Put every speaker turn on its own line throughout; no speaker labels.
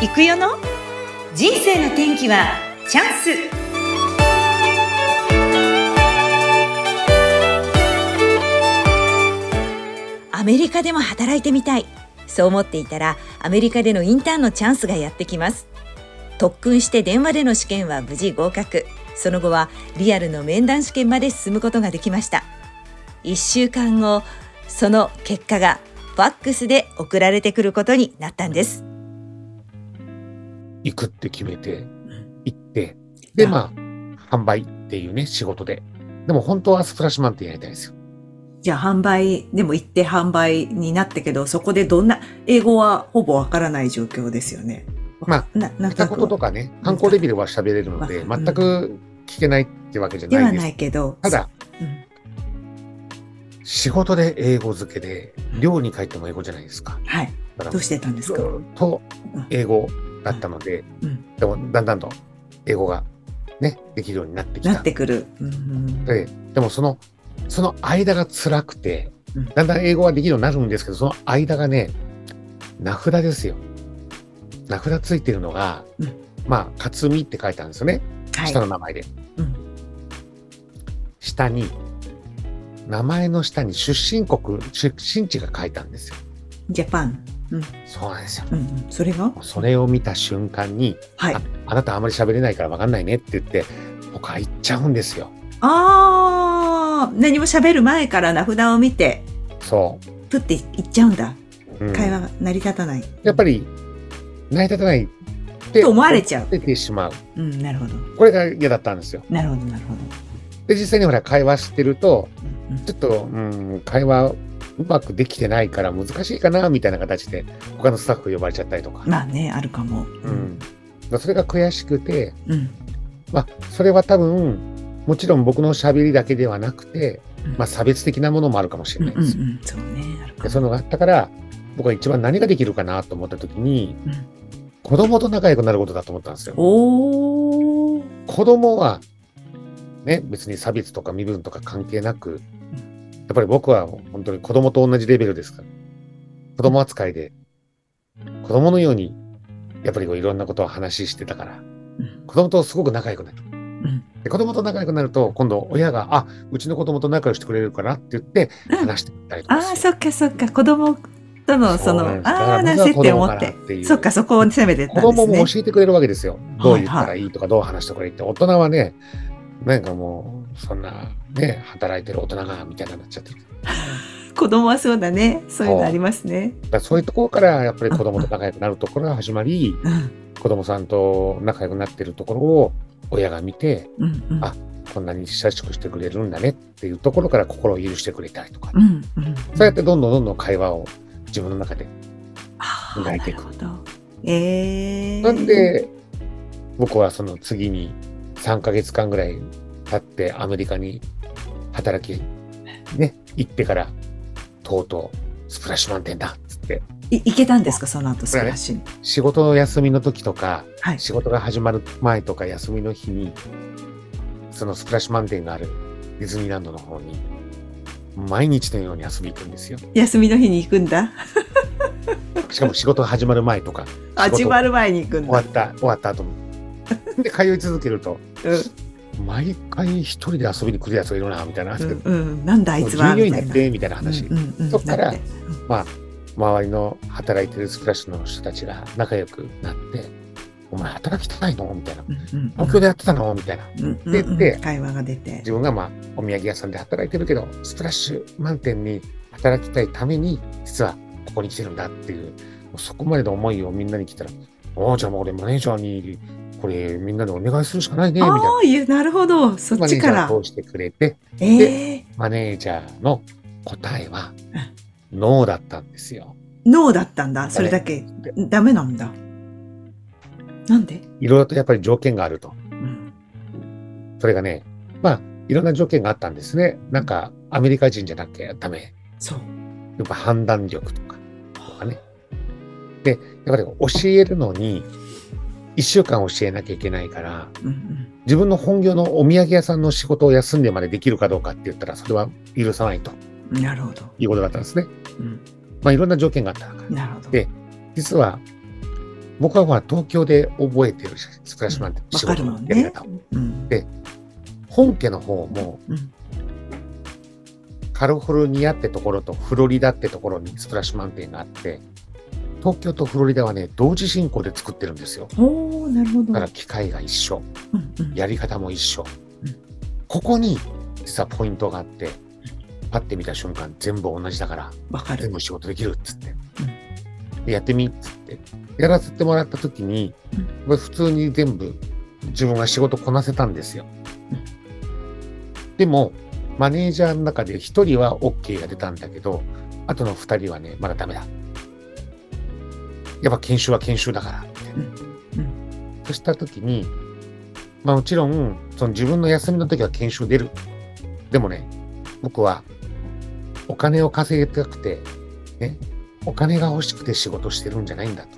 行くよの人生の天気はチャンスアメリカでも働いてみたいそう思っていたらアメリカでのインターンのチャンスがやってきます特訓して電話での試験は無事合格その後はリアルの面談試験まで進むことができました1週間後その結果がファックスで送られてくることになったんです
行くって決めて、行って、で、まあ、販売っていうね、仕事で。でも本当はスプラッシュマウンテンやりたいんですよ。
じゃあ販売、でも行って販売になったけど、そこでどんな、英語はほぼわからない状況ですよね。
ま
な、なん
あ、片
か
言とかね、観光レベルは喋れるので、
うん
全く聞けないってわけじゃ
で
な
はい
で
な
す。
いけど。
ただ、
うん、
仕事で英語付けで、寮に帰っても英語じゃないですか。
はい。
だから
どうしてたんで
ず
すか
っと英語だったので、
うん
でもだんだんと英語がね、できるようになってき。
なったてくる。うん
で、でもその、その間が辛くて
うん、
だんだん英語はできるようになるんですけど、その間がね、名札ですよ。名札ついてるのが、
うん
まあ、かつみって書いてあるんですよね。
はい
下。の名前で。
うん
下に、名前の下に出身国、出身地が書いてあるんですよ。
ジャパン。うん。
そうなんですよ。
うんうん。それが
それを見た瞬間に、
はい。
あ
あ
あなたあまり喋れないから分かんないねって言って、僕は行っちゃうんですよ。
あー、何も喋る前から名札を見て、
そ
プって行っちゃうんだ。
う。うん
会話が成り立たない。
やっぱり、成り立たないって
と思われちゃう
出てしまう。
うん、なるほど。
これが嫌だったんですよ。
なるほど、なるほど。
で、実際にほら、会話してると、
うんうん
ちょっと、うん、会話うまくできてないから難しいかな、みたいな形で、他のスタッフ呼ばれちゃったりとか。
まあね、あるかも。
うん。だからそれが悔しくて、
うん。
まあ、それは多分、もちろん僕の喋りだけではなくて、まあ、差別的なものもあるかもし
う
れ
んう
ない
んう
です。
ん、そうね、ある
で
か
そ
も。
のがあったから、僕は一番何ができるかなと思った時に、
うん
子供と仲良くなることだと思ったんですよ。
おー。
子供は、ね、別に差別とか身分とか関係なく、やっぱり僕は本当に子供と同じレベルですから、子供扱いで、子供のように、やっぱりこういろんなことを話してたから、
うん
子供とすごく仲良くなる。
うん
で子供と仲良くなると、今度親が、あ、うちの子供と仲良くしてくれるからって言って、話してくれたりと
あ
か
あ、
す
そ
る。
っかそっか、子供とのそ
そうな
の
ん、です
ああ、
だ
な
から
接
僕は
点を
子供
持
か
っ
な
て
っていう
そっか、そこを攻めてった
子
んで
供
すね
も。教えてくれるわけですよ。どう言った
は
らいいとか、どう話してくれって、大人はね、なんかもう、そんな、ね、働いてる大人が、みたいになっちゃってる。
子供はそうだね、そういうのありますね。
だからそういうところからやっぱり子供と仲良くなるところが始まり、
うん、
子供さんと仲良くなってるところを親が見て、
うん、うん
あこんなに親しくしてくれるんだねっていうところから心を許してくれたりとか、
うん、うん。
そうやってどんどんどんどん会話を自分の中で。
ああ、
磨
ない
てい
る
く
ほど。ええー。
なん、で、僕はその次に3ヶ月間ぐらい経ってアメリカに働き、ね、行ってから、とうとうスプラッシュマウンテンだっつって、
い、いけたんですか、その後、スプラッシュに。
仕事の休みの時とか、
はい。
仕事が始まる前とか休みの日に、そのスプラッシュマウンテンがあるディズニーランドの方に、毎日のように遊びに行くんですよ。
休みの日に行くんだ。
しかも仕事が始まる 前とか、仕事
始まる前に行くん
終わ
だ
っ。た、終わった 後も。で、通い続けると、
う
毎回一人で遊びに来るやつがいるな、みたいな。
ん、うん、うん、なんだ、あい
もう
つ
従
は。み
業員
た
だ
い
っ
な。
て、みたいな話。
うんうんうん
そっから
だて
まあ、周りの働いてるスプラッシュの人たちが仲良くなって、お前働きたいのみたいな。
うんうん
東京でやってたのみたいな。
うんうん
で
うん
で
会話が出て
自分がまあお土産屋さんで働いてるけどスプラッシュ満点に働きたいために実はここに来てるんだっていうもうそこまでの思いをみんなに来たら「おおじゃあもう俺マネージャーにこれみんなでお願いするしかないね」み
あ
たいな
あいやなるほどそ
マ
っ
ネ
ち
ージ
か
ャ
ら
ーを通してくれて
ええ
マネージャーの答えは「ノー」だったんですよ。
ノーだったんだそれだけ
で
ダメなんだなんで、
いろいろとやっぱり条件があると。
うん
それがねまあいろんな条件があったんですね。なんかアメリカ人じゃなきゃダメ。
そう
やっぱ判断力とか、とかね。で、やっぱり教えるのに、一週間教えなきゃいけないから、
うん
自分の本業のお土産屋さんの仕事を休んでまでできるかどうかって言ったら、それは許さないと
うんなるほど、
いうことだったんですね。
うん、
まあ、いろんな条件があった中で
なるほど
で実は、僕はまあ東京で覚えてるじゃないですか、スクラッシュマンって仕
わか
事
るもん
の
ね
やり方を。
うん。
本家の方も
うん。
カリフォルニアってところとフロリダってところにスプラッシュマウンテンがあって、東京とフロリダはね、同時進行で作ってるんですよ。
おー、なるほど。
だから機械が一緒、
うんうん
やり方も一緒
うん。
ここに実はポイントがあって、パッて見た瞬間全部同じだから、
わか
全
る。
部仕事できるっつって。でやってみっつって。やらせてもらった時に
うん、
これ普通に全部自分が仕事こなせたんですよ
う。
でも、マネージャーの中で1人は OK が出たんだけど、あとの2人はね、まだダメだ。やっぱ研修は研修だからって。
うんうん
そうした時に、まあもちろん、その自分の休みの時は研修出る。でもね、僕はお金を稼ぎたくて、ね、お金が欲しくて仕事してるんじゃないんだと。
う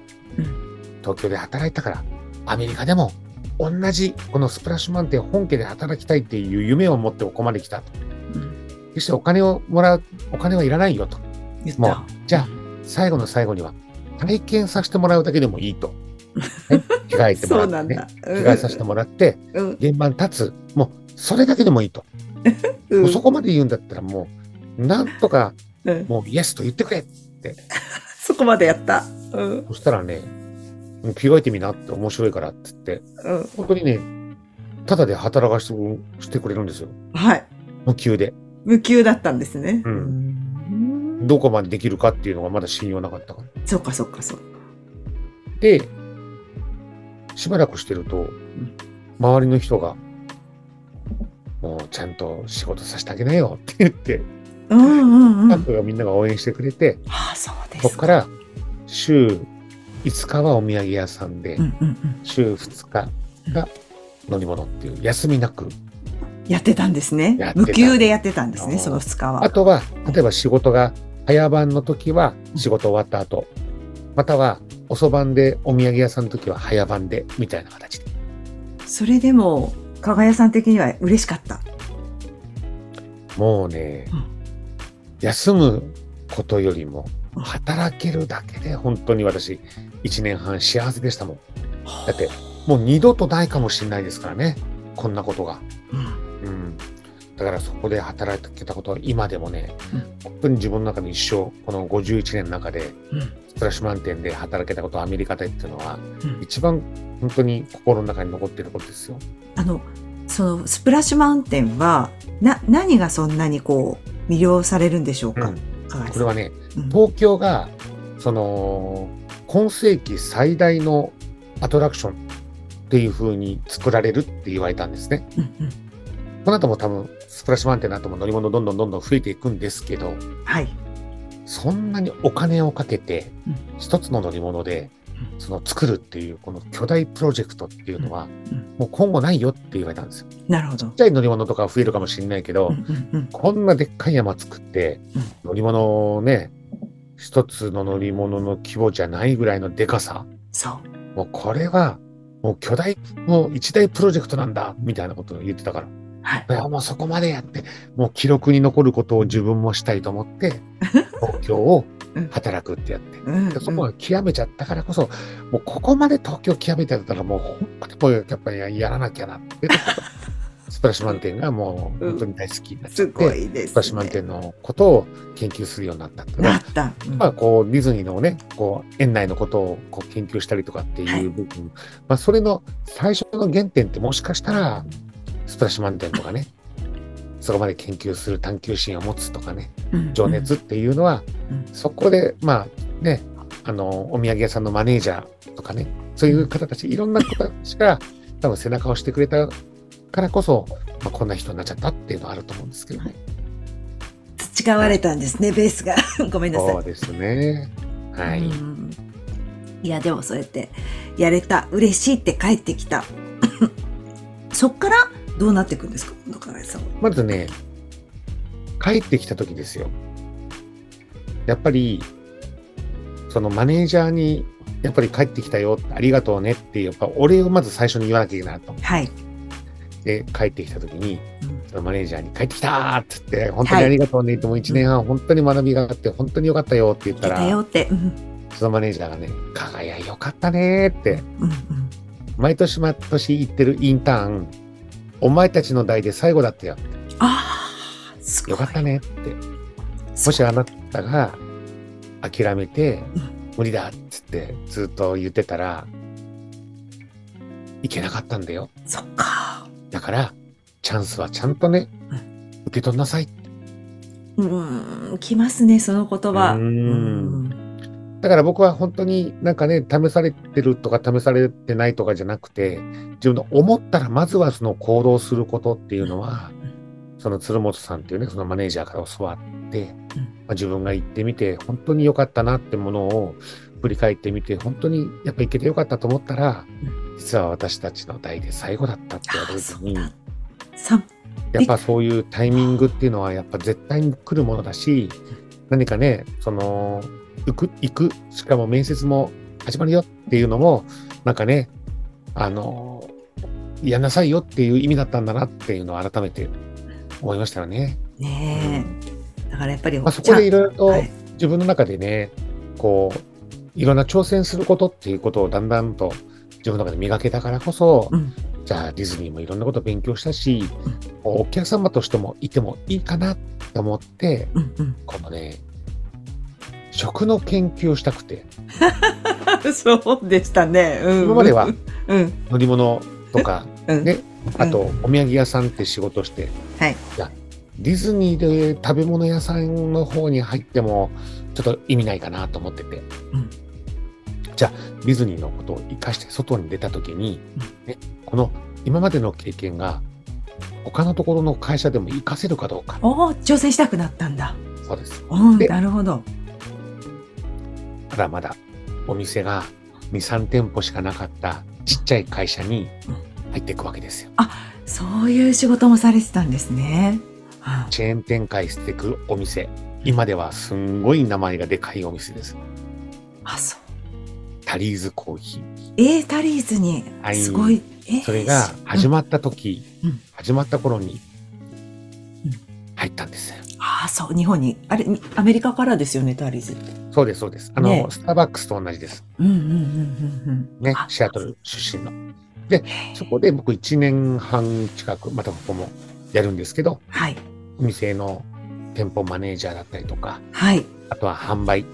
東京で働いたから、アメリカでも同じこのスプラッシュマウンテン本家で働きたいっていう夢を持ってここまで来たと。
うん
決してお金をもらう、お金はいらないよと。
言った。
もうじゃあ、最後の最後には、体験させてもらうだけでもいい と。ね、着替えても
そ
ら
う
っ
な
て、
ん
ね
だ。。
着替えさせてもらって、
うん
現場に立つ。もう、それだけでもいいと。
う
も
ん。
うそこまで言うんだったら、もう、なんとか、
うん
もう、イエスと言ってくれ
そこまでやった。うん。
そしたらね、うん着替えてみなって面白いからって言って、
うん。
本当にね、ただで働かしてしてくれるんですよ。
はい。
無給で。
無給だったんですね。
うん
ん
どこまでできるかっていうのがまだ信用なかったから。
そうか、そうか、そうか。
で、しばらくしてると、周りの人が、もうちゃんと仕事させてあげなよって言って、
うんうんうん。
スタ
あ
ッフがみんなが応援してくれて、
あ、そうです
そこか。ら週5日はお土産屋さんで
うん、うんうん。
週2日が乗り物っていう、休みなく
やってたんですね
やっ。てた
無給でやってたんです
う
ね、
ん
その2日は。
あとは、例えば仕事が早番の時は仕事終わった後、または遅番でお土産屋さんの時は早番でみたいな形で。
それでも、加賀屋さん的には嬉しかった。
もうね、
うん
休むことよりも
うん
働けるだけで本当に私、1年半幸せでしたもん。だって、もう二度とないかもしれないですからね、こんなことが。
うん
うん、だからそこで働いてたことは今でもね、
うん
本当に自分の中で一生この51年の中で、
うん
スプラッシュマウンテンで働けたことアメリカでっていうのは、
うん
一番本当に心の中に残ってることですよ。
あの、そのスプラッシュマウンテンは、な、何がそんなにこう、魅了されるんでしょうか、加賀屋さ
これ
ん。
はね
うん
東京がその今世紀最大のアトラクションっていう風に作られるって言われたんですね。
うん
この後も多分スプラッシュマウンテンの後も乗り物どんどんどんどん増えていくんですけど、
うんはい。
そんなにお金をかけて
うん、
一つの乗り物で、その作るっていう、この巨大プロジェクトっていうのは
うんうん、
もう今後ないよって言われたんですよ。ちっ
なるほど。
ちゃい乗り物とかは増えるかもしれないけど、
うんうんうん
こんなでっかい山作って、乗り物をね、一つの乗り物の規模じゃないぐらいのでかさ、
そう。
もうこれは、もう巨大、もう一大プロジェクトなんだ、みたいなことを言ってたから。
はい。
いやもうそこまでやって、もう記録に残ることを自分もしたいと 思って、東京を働くってやって。
うんうん
でそこは極めちゃったからこそ、もうここまで東京極めてたら、もう本当にやっぱりやらなきゃなっていうところ、スプラッシュマウンテンがもう本当に大好きになっちゃ
す
って、
ごいです、ね。
スプラッシュマウンテンのことを研究するようになったっていうの
な
は
っ、た。うん
まあこうディズニーのね、こう園内のことをこう研究したりとかって
はい
いう部分、まあそれの最初の原点ってもしかしたら、スプラッシュマウンテンとかね、そこまで研究する探求心を持つとかね、情熱っていうのは、
うん
そこでまあねあのお土産屋さんのマネージャーとかねそういう方たちいろんな方たちが多分背中を押してくれたからこそ、まあ、こんな人になっちゃったっていうのはあると思うんですけどね。
培われたんですね、ベースが。 ごめんなさい。
そうですね。はい。
うんいや、でもそうやって、やれた、嬉しいって帰ってきた。 そっから、どうなっていくんですか、野川さんは。
まずね帰ってきた時ですよ。やっぱりそのマネージャーにやっぱり帰ってきたよありがとうねっていうやっぱお礼をまず最初に言わなきゃいけないなと思っ
はい。
て帰ってきた時に
うん
そのマネージャーに帰ってきたーっつって、本当にありがとうねって、もう1年半、本当に学びがあって、本当によかったよって言っ
い
た
け
ら、
たよって。うん
そのマネージャーがね、輝いよかったねーって、
うん
毎年毎年行ってるインターン、お前たちの代で最後だったよ。
ああ、すごい。
よかったねって。
そ
も
う。
しあなたが諦めて
うん、
無理だっつってずっと言ってたら、いけなかったんだよ。
そっか。
だから、チャンスはちゃんとね
う、
受け取んなさい。
うーん、きますね、その言葉。
うーんだから僕は本当になんかね、試されてるとか試されてないとかじゃなくて、自分の思ったらまずはその行動することっていうのは、その鶴本さんっていうね、そのマネージャーから教わって、まあ自分が行ってみて、本当に良かったなってものを振り返ってみて、本当にやっぱ行けて良かったと思ったら、実は私たちの代で最後だったって言わ
あ
れ
あ、
る
そ
時
う
に、
だ。さ、
やっぱそういうタイミングっていうのはやっぱ絶対に来るものだし、何かね、その、行く、行く、しかも面接も始まるよっていうのも、なんかね、あの、やんなさいよっていう意味だったんだなっていうのを改めて思いましたよね。
ねえ。だからやっぱり、
まあ、そこでいろいろと
はい
自分の中でね、こう、いろんな挑戦することっていうことをだんだんと自分の中で磨けたからこそ、
うん
じゃあディズニーもいろんなこと勉強したし、お客様としてもいてもいいかなと思って、
うんうん。
このね、食の研究をしたくて、
そうでしたね。うん、
今までは
うん。
乗り物とか、
うん。
ね
うん
あとお土産屋さんって仕事して、
はい
やディズニーで食べ物屋さんの方に入ってもちょっと意味ないかなと思ってて、
うん
じゃあディズニーのことを生かして外に出た時に、ね、この今までの経験が他のところの会社でも活かせるかどうか
おお、挑戦したくなったんだ。
そうです
うん、
で
なるほど。
まだまだお店が23店舗しかなかったちっちゃい会社に入っていくわけですよ
そういう仕事もされてたんですね。あ
チェーン展開していくお店。今ではすんごい名前がでかいお店です。
あ、そう。
タリーズコーヒー。
えー、タリーズに
は、い
すごい。えー
それが始まった時、
うんうん
始まった頃に
うん
入ったんですよ。
ああ、そう、日本に。あれ、にアメリカからですよね、タリーズって。
そうです、そうです。あの、
ね
スターバックスと同じです。
うんうんうんうんうん。
ね
あ、
シアトル出身の。で、そこで僕1年半近く、またここもやるんですけど、
はい。
お店の店舗マネージャーだったりとか、
はい。
あとは販売。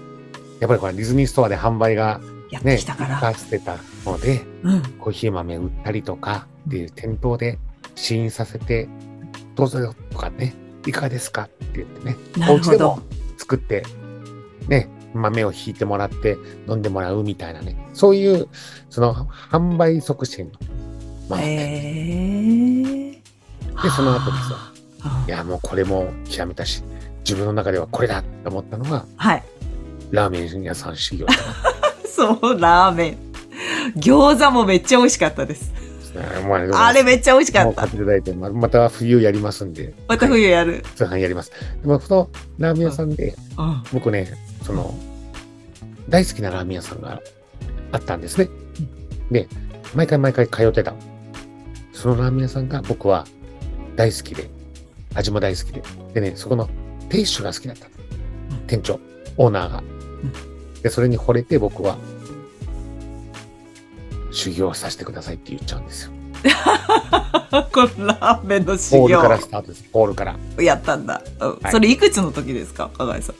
やっぱりこれディズニーストアで販売が
やって
ね、
きたから。
活かしてたので、
うん。
コーヒー豆売ったりとかっていう店頭で試飲させて、どうぞよとかね、いかがですかって言ってね、
な
お
る
家
ほ
でも
ど。
作って、ね、豆をひいてもらって飲んでもらうみたいなね、そういう、その販売促進の、まあ、
ええー。
でその後ですよ
あ
い
ー。
や、もうこれも極めたし、自分の中ではこれだと思ったのが、
はい。
ラーメン屋さん修行だっ た
そう、ラーメン。餃子もめっちゃ美味しかったです。
んですね。 もうね
あれめっちゃ美味しか
も
っ
う買
た
っ。ていただいて、ままた冬やりますんで、
また冬やる。
通販やります。でも、そのラーメン屋さんで、
うん。
僕ね、その、大好きなラーメン屋さんがあったんですね。で、毎回毎回通ってた。そのラーメン屋さんが僕は大好きで、味も大好きで。でね、そこの店主が好きだった。店長、オーナーが。で、それに惚れて僕は、修行させてくださいって言っちゃうんですよ。
このラーメンの修
ポールから
行
スタートです。ポールから。
やったんだ。うん
はい
それいくつの時ですか、加賀井さん。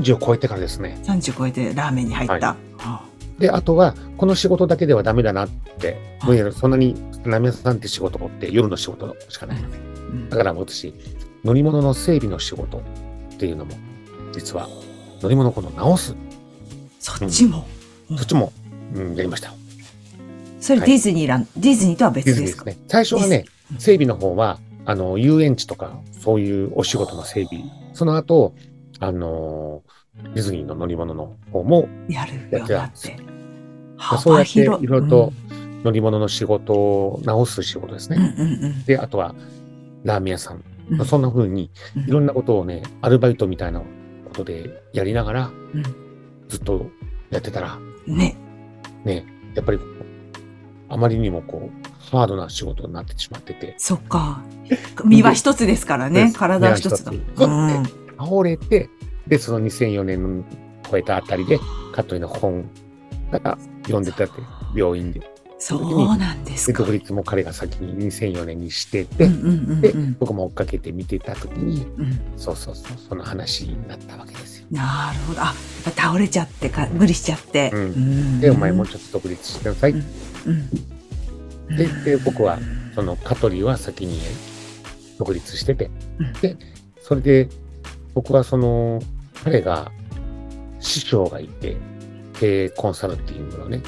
30を超えてからですね。
30超えてラーメンに入った。
はい
あ
で、あとは、この仕事だけではダメだなって、
はい
もういやそんなに、ラーメン屋さんって仕事って夜の仕事しかないので、
うん
だからもう私、乗り物の整備の仕事っていうのも、実は、乗り物をこの直す、
そっちも。
そっちも、うん、やりました。
それディズニーラン、ディズニーとは別
デ
で
ィズニーですす
か。
ね。最初はね
う、ん
整備の方は、あの、遊園地とか、そういうお仕事の整備、その後、あのディズニーの乗り物の方も
やるようになって。
そうや
幅
っていろ
広
いろと乗り物の仕事を直す仕事です
うんう
ね。
んうん
で、あとはラーメン屋さん。
うんうん
そんな風に
うん
いろんなことをね、アルバイトみたいなことでやりながら
うん
ずっとやってたら、
ね。
ね、やっぱりこうあまりにもこう、ハードな仕事になってしまってて、
そっか。身は一つですから
そうで
ね。
す
体は一つだ。
身は一つ
うん
倒れて、で、その2004年の超えたあたりで、香取の本が読んでたって、病院で。
そうなんです
で、
か。
独立も彼が先に2004年にして
う
て、
んうんうんうん
僕も追っかけて見てた時に、
うん
そうそうそう、その話になったわけですよ。
なるほど。あ、倒れちゃってか、無理しちゃって。
うん
ん
で、お前もうちょっと独立してなさい。
うんうん
でで僕はその香取は先に独立してて、
うん
でそれで僕はその彼が師匠がいて経営コンサルティングのね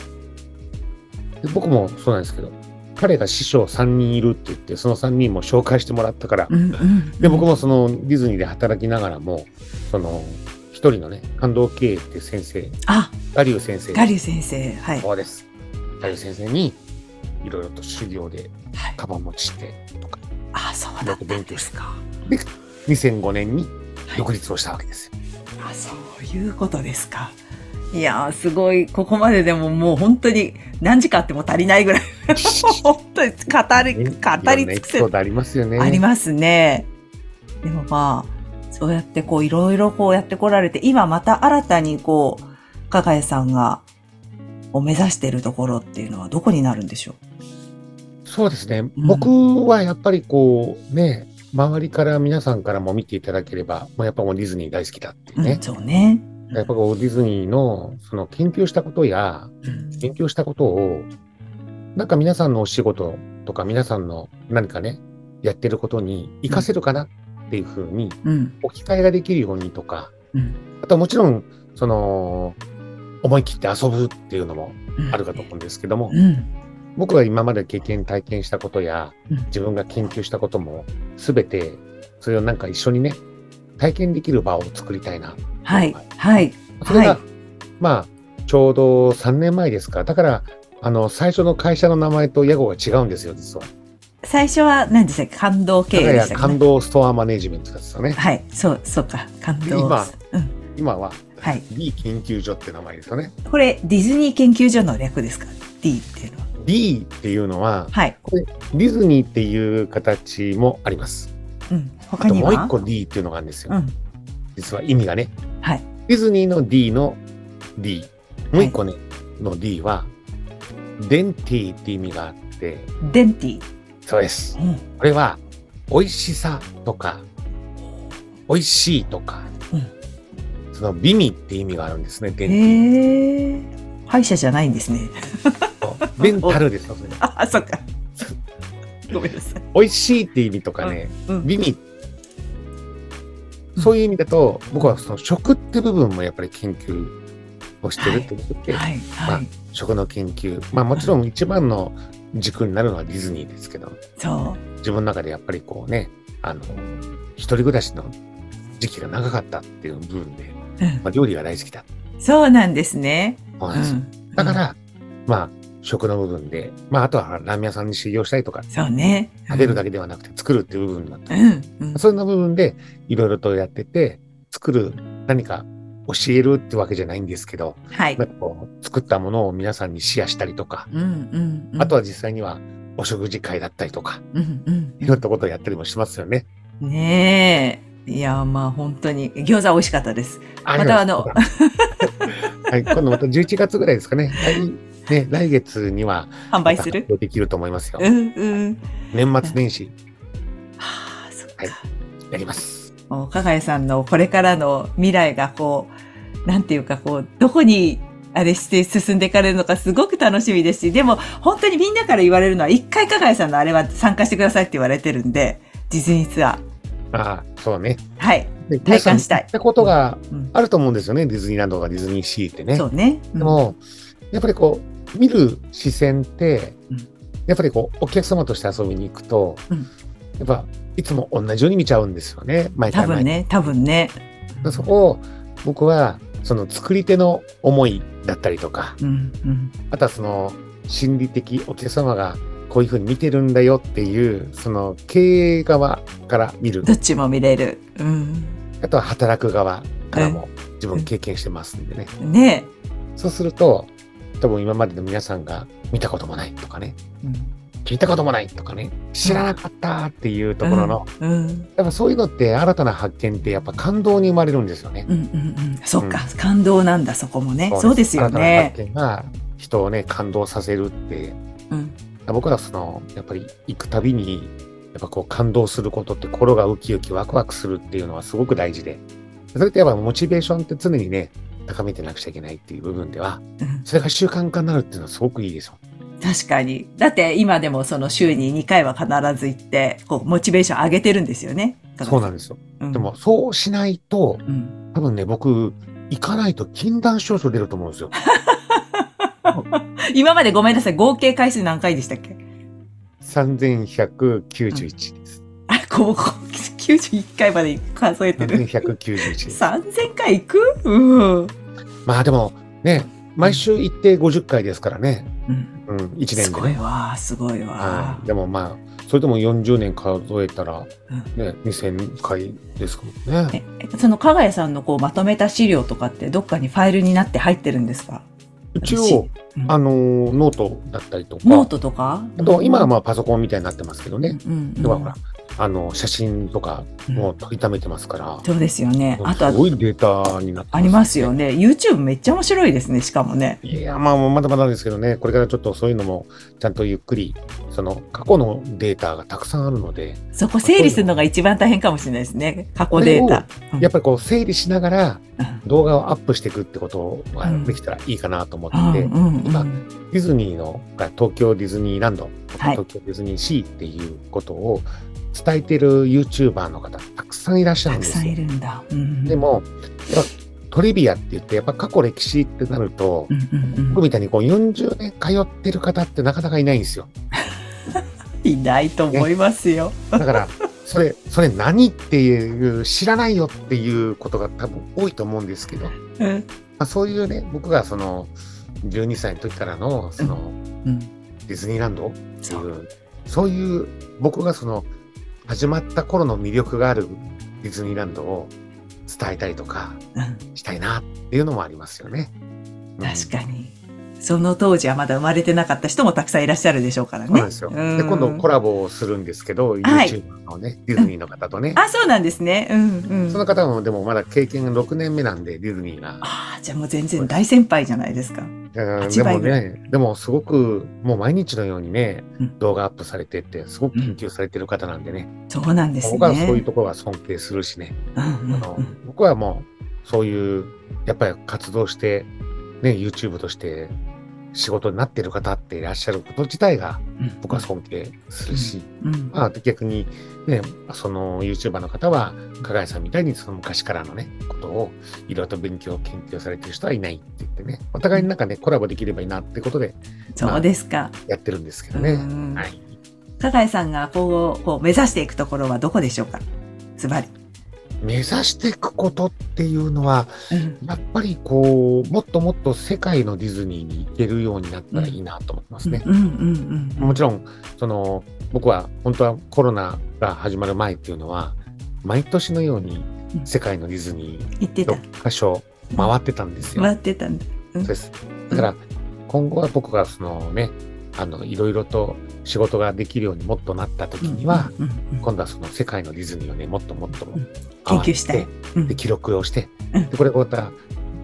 で僕もそうなんですけど彼が師匠3人いるって言ってその3人も紹介してもらったから、
うんうん
で僕もそのディズニーで働きながらもその一人のね感動経営って先生
あ
ガリュー先生
ガリュー先生はい
そうですガリュー先生にいろいろと修行で
はい
カバン持ちしてとか
あそうだったんですか
2005年に
はい
独立をしたわけですよ。
あそういうことですかいやーすごいここまででももう本当に何時間あっても足りないぐらい 本当に 語り語り尽くせ
そうでありますよね。
ありますね。でもまあ、そうやってこういろいろこうやってこられて、今また新たにこう、加賀谷さんが、を目指しているところっていうのはどこになるんでしょ
そうですね。僕はやっぱりこうね、周りから皆さんからも見ていただければ、もうやっぱもうディズニー大好きだっていう
う、う
ね
ん、。そうね。
やっぱこうディズニーのその研究したことや、
うん
勉強したことを、なんか皆さんのお仕事とか皆さんの何かね、やってることに活かせるかなっていうふうに
うん。
置き換えができるようにとか、
うん。
あとはもちろん、その、思い切って遊ぶっていうのもあるかと思うんですけども
う、ん。
僕が今まで経験、体験したことや
うん、
自分が研究したことも、すべて、それをなんか一緒にね、体験できる場を作りたいな。
はい。はい。
それが、
はい
まあ、ちょうど3年前ですか。だから、あの、最初の会社の名前と屋号が違うんですよ、実は。
最初は何でしたっけ感動経
だか
営で
ら
したっけね、
感動ストアマネジメントだったね。
はい。そう、そうか。感動。
今
うん。
今は、
はい。
D 研究所って名前ですよね。
これ、ディズニー研究所の略ですか ?D っていうのは。
D っていうのは、
はい。
ディズニーっていう形もあります。
うん。他
あと
に
も
は
う一個 D っていうのがあるんですよ。
うん。
実は意味がね。
はい
ディズニーの D の D。もう一個ね、の D は、デンティーって意味があって、
デンティ。
そうです。
うん。
これは、美味しさとか、美味しいとか、その美味って意味があるんですね、デンティー。
へえ。歯医者じゃないん ですね。
デンタルですよ、それが。
あ、そっか。ごめんなさい。
美味しいって意味とかね、
うん。
美味。そういう意味だと、僕はその食って部分もやっぱり研究をしてるってことで、
はいはい。
食の研究、まあもちろん一番の軸になるのはディズニーですけど、
そ
自分の中でやっぱりこうね、あの、一人暮らしの時期が長かったっていう部分で、
う。うん
まあ、料理が大好きだった
そうなんですね。
そうな
う
んですよ
ん。
だか。ら、まあ、食の部分で、まあ、あとはラーメン屋さんに修行したりとか、
そうね。
食べるだ
け。
けではなくて作るっていう部分だった。
うん。うん。
そんな部分でいろいろとやってて、作る何か教えるってわけじゃないんですけど、
はい
な。んかこう作ったものを皆さんにシェアしたりとか、
うんうんうん。
あと
は。
は実際にはお食事会だったりとか、
うんうん
いろんなことをやったりもしますよね。
うん。ねえ。いやまあ本当に餃子美味しかったです。
あ
またあの
りがとうございます はい、今度また11月ぐらいですかね。来ね来月には
販売する
発。表できると思いますよ
う。んうん。
年末年始
はあそっ
はい
か。
やります。
もう加賀谷さんのこれからの未来がこう、なんていうかこう、どこにあれして進んでいかれるのかすごく楽しみですし、でも本当にみんなから言われるのは、一回加賀谷さんのあれは参加してくださいって言われてるんで、ディズニーツアー。
ああ、そうね。
はい。
で
体感したい
皆さん行ったことが
うん
あると思うんですよね。ディズニーランドとかディズニーシーってね。
そうね。うん
でも、やっぱりこう、見る視線って
うん、
やっぱりこう、お客様として遊びに行くと、
うん
やっぱ、いつも同じように見ちゃうんですよね。毎
多
回
分
毎回。
ね、多分ね。
そこを、僕は、その作り手の思いだったりとか、
うんうん。
あとはその心理的お客様がこういうふうに見てるんだよっていう、その経営側から見る
ど、っちも見れる。うん。
あとは働く側からも自
う
分
ん
経験してますんでね。
ね
そうすると、多分今までの皆さんが見たこともないとかね、
うん
聞いたこともないとかね、知らなかったっていうところの、
うん
やっぱそういうのって新たな発見ってやっぱ感動に生まれるんですよね。
うんうんうんそっか、感動なんだそこもねそうですよね。
新たな発見が人をね、感動させるって、
うん
僕らその、やっぱり行くたびに、やっぱこう感動することって心がウキウキワクワクするっていうのはすごく大事で、それってやっぱモチベーションって常にね、高めてなくちゃいけないっていう部分では、
うん
それが習慣化になるっていうのはすごくいいですよ。
確かにだって今でもその週に2回は必ず行ってこうモチベーション上げてるんですよね。
そうなんですよ。
うん
でも、そうしないと、
うん
多分ね、僕、行かないと禁断症状出ると思うんですよ。
今までごめんなさい合計回数何回でしたっけ
3191です。
あこうこう91回まで数えてる。
3191です。
3000回行くうん。
まあでも、ね、毎週行って50回ですからね。
うん
うん、1年
す
で
ごい
ね。
わ、すごいわ
は。い。でもまあ、それでも40年数えたら、ね、
うん
2000回ですからね。
えその加賀谷さんのこうまとめた資料とかってどっかにファイルになって入ってるんですか
一応、
うん
あのーノートだったりとか、
ノートとか
あと今はまあパソコンみたいになってますけどね。
うんうん
ではほら、あの、写真とか
うん
もう取りためてますから、
そうですよね。あと
す
は
ごいデータになって
ありますよね。YouTube めっちゃ面白いですね、しかもね。
いや、まあ、まだまだですけどね、これからちょっとそういうのも、ちゃんとゆっくり、その過去のデータがたくさんあるので、
そこ整理するのが一番大変かもしれないですね、過去データ。うん
やっぱりこう、整理しながら
うん
動画をアップしていくってことが
うん
できたらいいかなと思ってて、
うんうんう
今
ん
ディズニーの、が東京ディズニーランド、
はい
東京ディズニーシーっていうことを伝えてる YouTuber の方、たくさんいらっしゃる
た
ん
く
で
さ
す
んい
よ。
るんだ。うん
で、も、やっぱトリビアって言って、やっぱ過去歴史ってなると、
うんうんうん
僕みたいにこう40年通ってる方ってなかなかいないんですよ。
いないと思いますよ。
だから、それ、それ何っていう、知らないよっていうことが多分多いと思うんですけど、ま
うん
あ、そういうね、僕がその、12歳の時からの、その、
うん
ディズニーランドってい
そう
う、そういう、僕がその、始まった頃の魅力があるディズニーランドを伝えたりとか
うん
したいなっていうのもありますよね。
確
か
かに。その当時はまだ生まれてなかった人もたくさんいらっしゃるでしょうからね。
そうなんですよ。
ん
で、今度コラボをするんですけど、
はい
YouTube のね、ディズニーの方とね。
あ、そうなんですね。うんうん。
その方もでもまだ経験が6年目なんで、ディズニーが。
ああ、じゃあもう全然大先輩じゃないですか。
うんで
8
も
倍ぐらい
ね、でもすごく、もう毎日のようにね、
うん
動画アップされてって、すごく研究されてる方なんでね、
そうなんですね。
僕はそういうところは尊敬するしね、
うんうんう
あ
ん
の僕はもう、そういう、やっぱり活動して、ね、YouTube として仕事になってる方っていらっしゃること自体が、
うん
僕は尊敬するし、
うん
まあ逆に、ね、その YouTuber の方は、加賀谷さんみたいにその昔からのね、ことをいろいろと勉強、研究されてる人はいないって言ってね、お互いになんかね、コラボできればいいなってことで
そうですか。
やってるんですけど
う
ね。
ん
はい。
加賀井さんがこうこう目指していくところはどこでしょうかズバリ。
目指していくことっていうのは、やっぱりこう、もっともっと世界のディズニーに行けるようになったらいいなと思いますね。
うんうんうん。
もちろん、その、僕は本当はコロナが始まる前っていうのは、毎年のように世界のディズニー
言ってた。
6箇所回ってたんですよ。
回ってたんだ。
そうです。だから、今後は僕がそのね、あの、いろいろと仕事ができるようにもっとなった時には、
うんうんうん
今度はその世界のディズニーをね、もっともっと
ん研究したい。うん
で、記録をして、
うん
で、これまた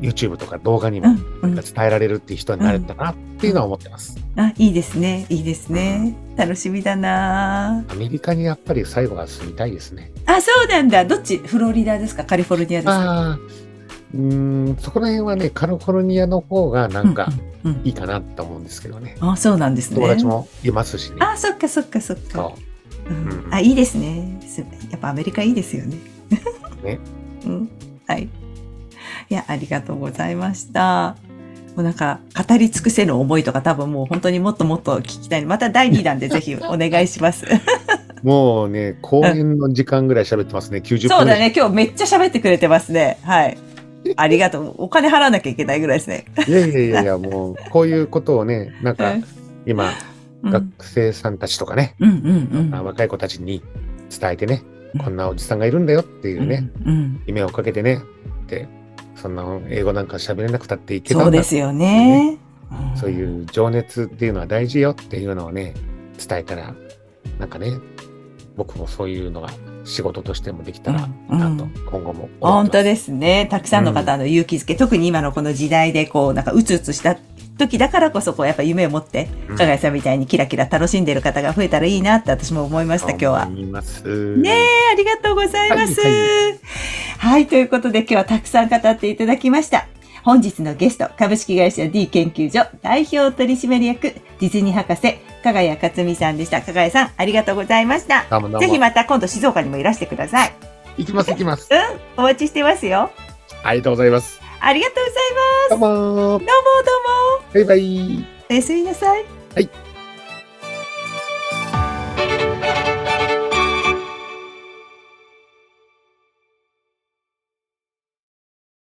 YouTube とか動画に
う
も
んうん
伝えられるっていう人になれたらなっていうのは思ってます。
あいいですねいいですね楽しみだな
アメリカにやっぱり最後は住みたいですね。
あそうなんだどっちフロリダですかカリフォルニアですか
まあ、うーん、そこら辺はね、カリフォルニアの方がなんか
うんうん
いいかなと思うんですけどね。
うんあそうなんですね
友達もいますしね。
あそっかそっかそっか、
そう
ん
うん
あいいですねすやっぱアメリカいいですよね
ね
うんはいいやありがとうございましたもうなんか語り尽くせぬ思いとか多分もう本当にもっともっと聞きたいまた第2弾でぜひお願いし ます
う。もうね、公演の時間ぐらい喋ってますね。90分
そう
ぐ
だ
らい
ね今日めっちゃ喋ってくれてますねはいありがとうお金払わなきゃいけないぐらいですね
いやいやいやいや、もう、こういうことをね、なんか、今、
うん
学生さんたちとかね、
うんうん
あ
うん。
若い子たちに伝えてね
う、ん
こんなおじさんがいるんだよっていうね、
うんうん
夢をかけてね、って、そんな英語なんか喋れなくたっていけたん
そう
だ
ですよね。
そう
う
いう情熱っていうのは大事よっていうのをね、伝えたら、なんかね、僕もそういうのが仕事としてもできたら
うん
なと、
うん
今後も思っ
本
てます
当ですね。たくさんの方の勇気づけ、特に今のこの時代で、こう、なんかうつうつした時だからこそ、こう、やっぱ夢を持って、
うん
加賀谷さんみたいにキラキラ楽しんでる方が増えたらいいなって私も思いました、今日は。
思います。
ねえありがとうございます。は、
はいい
ということで今日はたくさん語っていただきました。本日のゲスト、株式会社 D 研究所代表取締役、ディズニー博士、加賀谷克美さんでした。加賀谷さん、ありがとうございました。
どうもどうも
ぜひまた今度静岡にもいらしてください。
行きます行きます。
お待ちしてますよ。
ありがとうございます。
ありがとうございます。
どうもー
どうもどうも。
バイバイ。
おやすみなさい。
はい。